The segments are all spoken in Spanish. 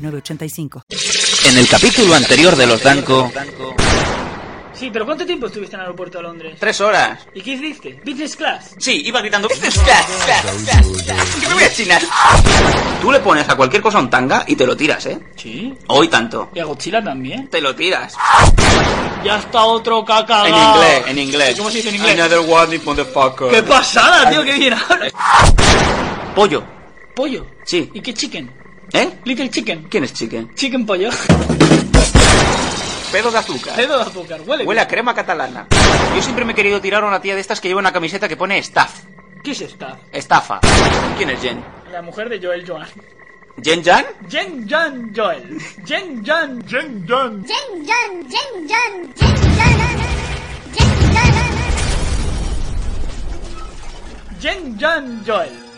985. En el capítulo anterior de los Danco, Sí, pero ¿cuánto tiempo estuviste en el aeropuerto de Londres? tres horas. ¿Y qué hiciste? ¿Business class? Sí, iba gritando. "Business class, class, class, class". ¡Que me voy a China! Tú le pones a cualquier cosa un tanga y te lo tiras, ¿eh? Sí. Hoy tanto. ¿Y a Godzilla también? Te lo tiras. Ya está otro caca. En inglés, en inglés. ¿Cómo se dice en inglés? Another one, you motherfucker. ¡Qué pasada, tío! ¡Qué bien hablas! Pollo. Pollo. Sí. ¿Y qué chicken? ¿Eh? Little chicken. ¿Quién es chicken? Chicken pollo. Pedo de azúcar. Dedo de azúcar. Huele. Huele a crema catalana. Yo siempre me he querido tirar a una tía de estas que lleva una camiseta que pone staff. ¿Qué es esta? Estafa. ¿Quién es Jen? La mujer de Joel Joan. ¿Jen Jan? Jen Jan Joel. Jen Jan. Jen Jan. Jing Jun, Jing Jun, Jing Jun, Jing Jun. Jen Jan Joel.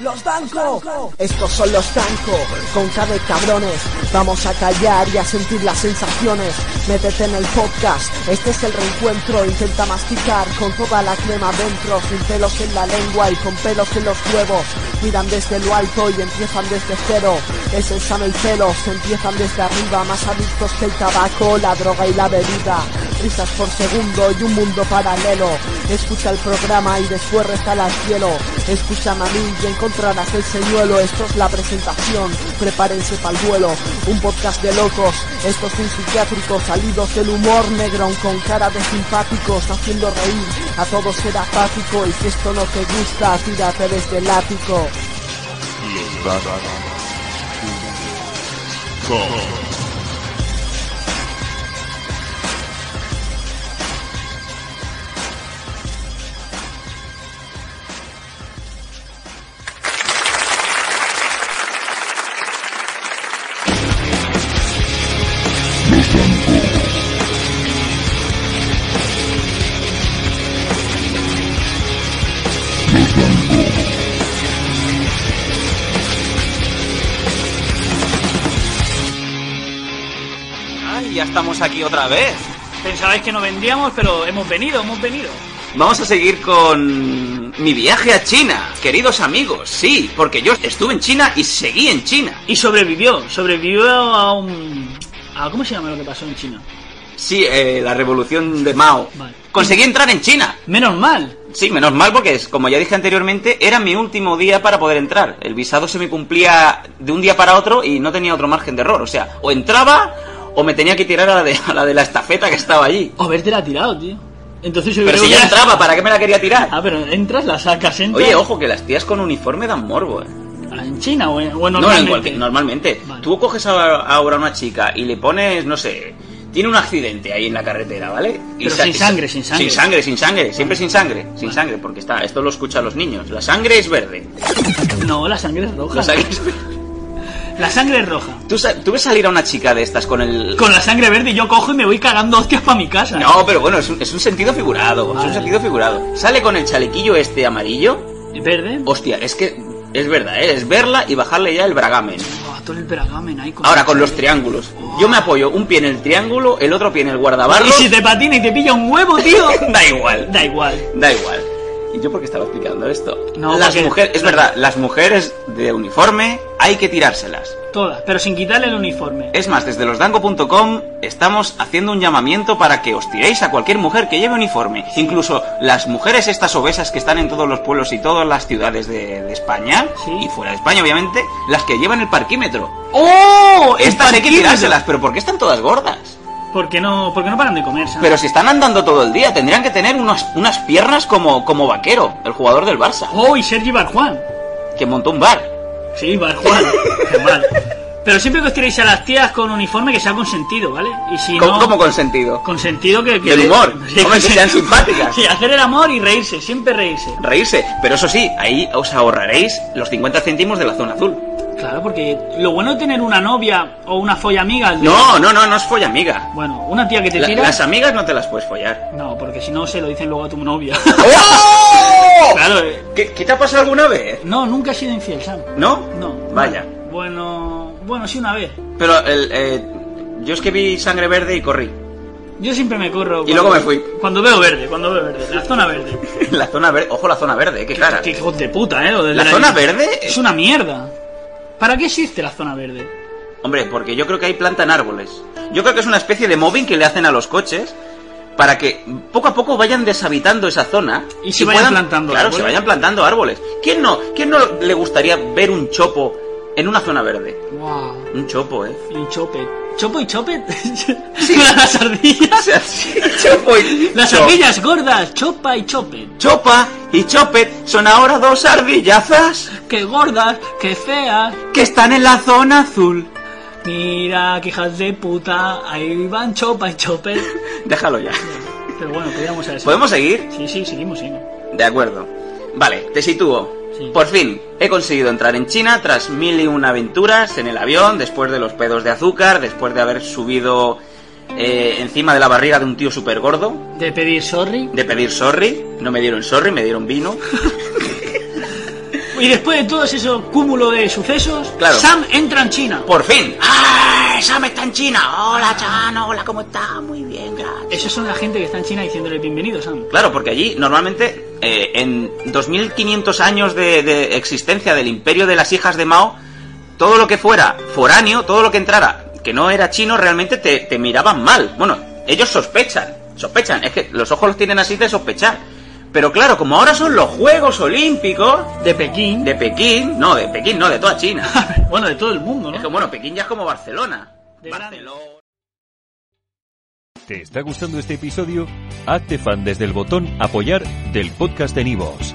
¡Los Danco! Estos son los Danco, con K de cabrones. Vamos a callar y a sentir las sensaciones. Métete en el podcast, este es el reencuentro. Intenta masticar con toda la crema dentro, sin pelos en la lengua y con pelos en los huevos. Miran desde lo alto y empiezan desde cero. Es el sano y pelos, empiezan desde arriba, más adictos que el tabaco, la droga y la bebida. Risas por segundo y un mundo paralelo. Escucha el programa y después rezala al cielo. Escúchame a mí y encontrarás el señuelo. Esto es la presentación, prepárense para el vuelo. Un podcast de locos, estos son psiquiátricos, salidos del humor negro, con cara de simpáticos, haciendo reír. A todos será apático y si esto no te gusta, tírate desde el ático. Ay, ya estamos aquí otra vez. Pensabais que no vendíamos, pero hemos venido, hemos venido. Vamos a seguir con mi viaje a China, queridos amigos. Sí, porque yo estuve en China y seguí en China. Y sobrevivió, sobrevivió a un... A, ¿Cómo se llama lo que pasó en China? Sí, eh, la revolución de Mao. Vale. Conseguí entrar en China. Menos mal. Sí, menos mal porque, es, como ya dije anteriormente, era mi último día para poder entrar. El visado se me cumplía de un día para otro y no tenía otro margen de error. O sea, o entraba o me tenía que tirar a la de, a la, de la estafeta que estaba allí. O haberte la tirado, tío. Entonces yo Pero creo si que- ya entraba, ¿para qué me la quería tirar? Ah, pero entras, la sacas, entras. Ah, Oye, ojo, que las tías con uniforme dan morbo, eh. ¿En China o en, o en No, en normalmente? cualquier- normalmente. Vale. Tú coges a- ahora a una chica y le pones, no sé, tiene un accidente ahí en la carretera, ¿vale? Y Pero sin sangre, sin sangre. Sin sangre, sin sangre, siempre sin sangre, sin sangre, porque está, esto lo escuchan los niños. La sangre es verde. No, la sangre es roja. La sangre es verde. La sangre es roja. ¿Tú, sa- tú ves salir a una chica de estas con el... Con la sangre verde yo cojo y me voy cagando hostias para mi casa. No, pero bueno, es un, es un sentido figurado, es Vale. un sentido figurado. Sale con el chalequillo este amarillo. ¿Verde? Hostia, es que es verdad, ¿eh? es verla y bajarle ya el bragamen. Oh, todo el peragamen ahí con Ahora con los triángulos. Yo me apoyo un pie en el triángulo, el otro pie en el guardabarro. Y si te patina y te pilla un huevo, tío. da igual. da igual. Da igual. ¿Y yo por qué estaba explicando esto? No, las porque- mujeres, es verdad, las mujeres de uniforme hay que tirárselas. Todas, pero sin quitarle el uniforme. Es más, desde losdango.com estamos haciendo un llamamiento para que os tiréis a cualquier mujer que lleve uniforme. Incluso las mujeres estas obesas que están en todos los pueblos y todas las ciudades de, de España, Sí. y fuera de España obviamente, las que llevan el parquímetro. ¡Oh! Estas hay que tirárselas, pero ¿por qué están todas gordas? Porque no, porque no paran de comer, ¿sabes? Pero si están andando todo el día, tendrían que tener unas, unas piernas como, como vaquero, el jugador del Barça, ¡Oh! Y Sergi Barjuan. que montó un bar. Sí, Barjuan. Qué mal. Pero siempre que os tiréis a las tías con uniforme que sea consentido, ¿vale? Y si ¿Cómo, no, cómo con sentido? consentido que... que Del humor. Sí, Hombre, que sean consentido. simpáticas. Sí, hacer el amor y reírse, siempre reírse. Reírse. Pero eso sí, ahí os ahorraréis los 50 céntimos de la zona azul. Claro, porque lo bueno de tener una novia o una folla amiga... es de- No, no, no, no es folla amiga. Bueno, una tía que te La- tira... las amigas no te las puedes follar. No, porque si no se lo dicen luego a tu novia. ¡Oh! claro, eh. ¿Qué, qué te ha pasado alguna vez? No, nunca he sido infiel, Sam. ¿No? No. Vaya. Bueno, bueno, sí, una vez. Pero el, eh, yo es que vi sangre verde y corrí. Yo siempre me Y corro. cuando- luego me fui. Cuando veo verde, cuando veo verde. La zona verde. La zona verde, ojo la zona verde, eh, qué cara. Qué hijos de puta, ¿eh? Lo de- La de zona verde, Es una mierda. ¿Para qué existe la zona verde? hombre, porque yo creo que ahí plantan árboles. Yo creo que es una especie de móvil que le hacen a los coches para que poco a poco vayan deshabitando esa zona Y se vayan plantando claro, árboles. se vayan plantando árboles. ¿Quién no? ¿Quién no le gustaría ver un chopo en una zona verde? Wow. Un chopo, eh. Y un chope. ¿Chopo y chope? las O ardillas. sea, sí, chopo y Las cho- ardillas gordas. Chopa y chope. Chopa y Chopet son ahora dos ardillazas Qué gordas, qué feas. que están en la zona azul. Mira, que hijas de puta. Ahí van chopa y chope. Déjalo ya. Pero bueno, podríamos haber sido. ¿Podemos seguir? Sí, sí, seguimos, sí. De acuerdo. Vale, te sitúo. Sí. Por fin, he conseguido entrar en China tras mil y una aventuras en el avión, después de los pedos de azúcar, después de haber subido eh, encima de la barriga de un tío súper gordo, De pedir sorry. de pedir sorry, no me dieron sorry, me dieron vino. Y después de todo ese cúmulo de sucesos, Claro. Sam entra en China. Por fin. ¡Ah! Sam está en China. Hola, Chano. Hola, ¿cómo estás? Muy bien, gracias. Esos son la gente que está en China diciéndole bienvenido, Sam. Claro, porque allí normalmente eh, en 2500 años de, de existencia del imperio de las hijas de Mao, todo lo que fuera foráneo, todo lo que entrara que no era chino, realmente te, te miraban mal. Bueno, ellos sospechan, sospechan, es que los ojos los tienen así de sospechar. Pero claro, como ahora son los Juegos Olímpicos De Pekín. de Pekín, no, de Pekín, no, de toda China. Bueno, de todo el mundo, Es que ¿no? bueno, Pekín ya es como Barcelona. De Barcelona. ¿Te está gustando este episodio? Hazte fan desde el botón Apoyar del podcast de Nivos.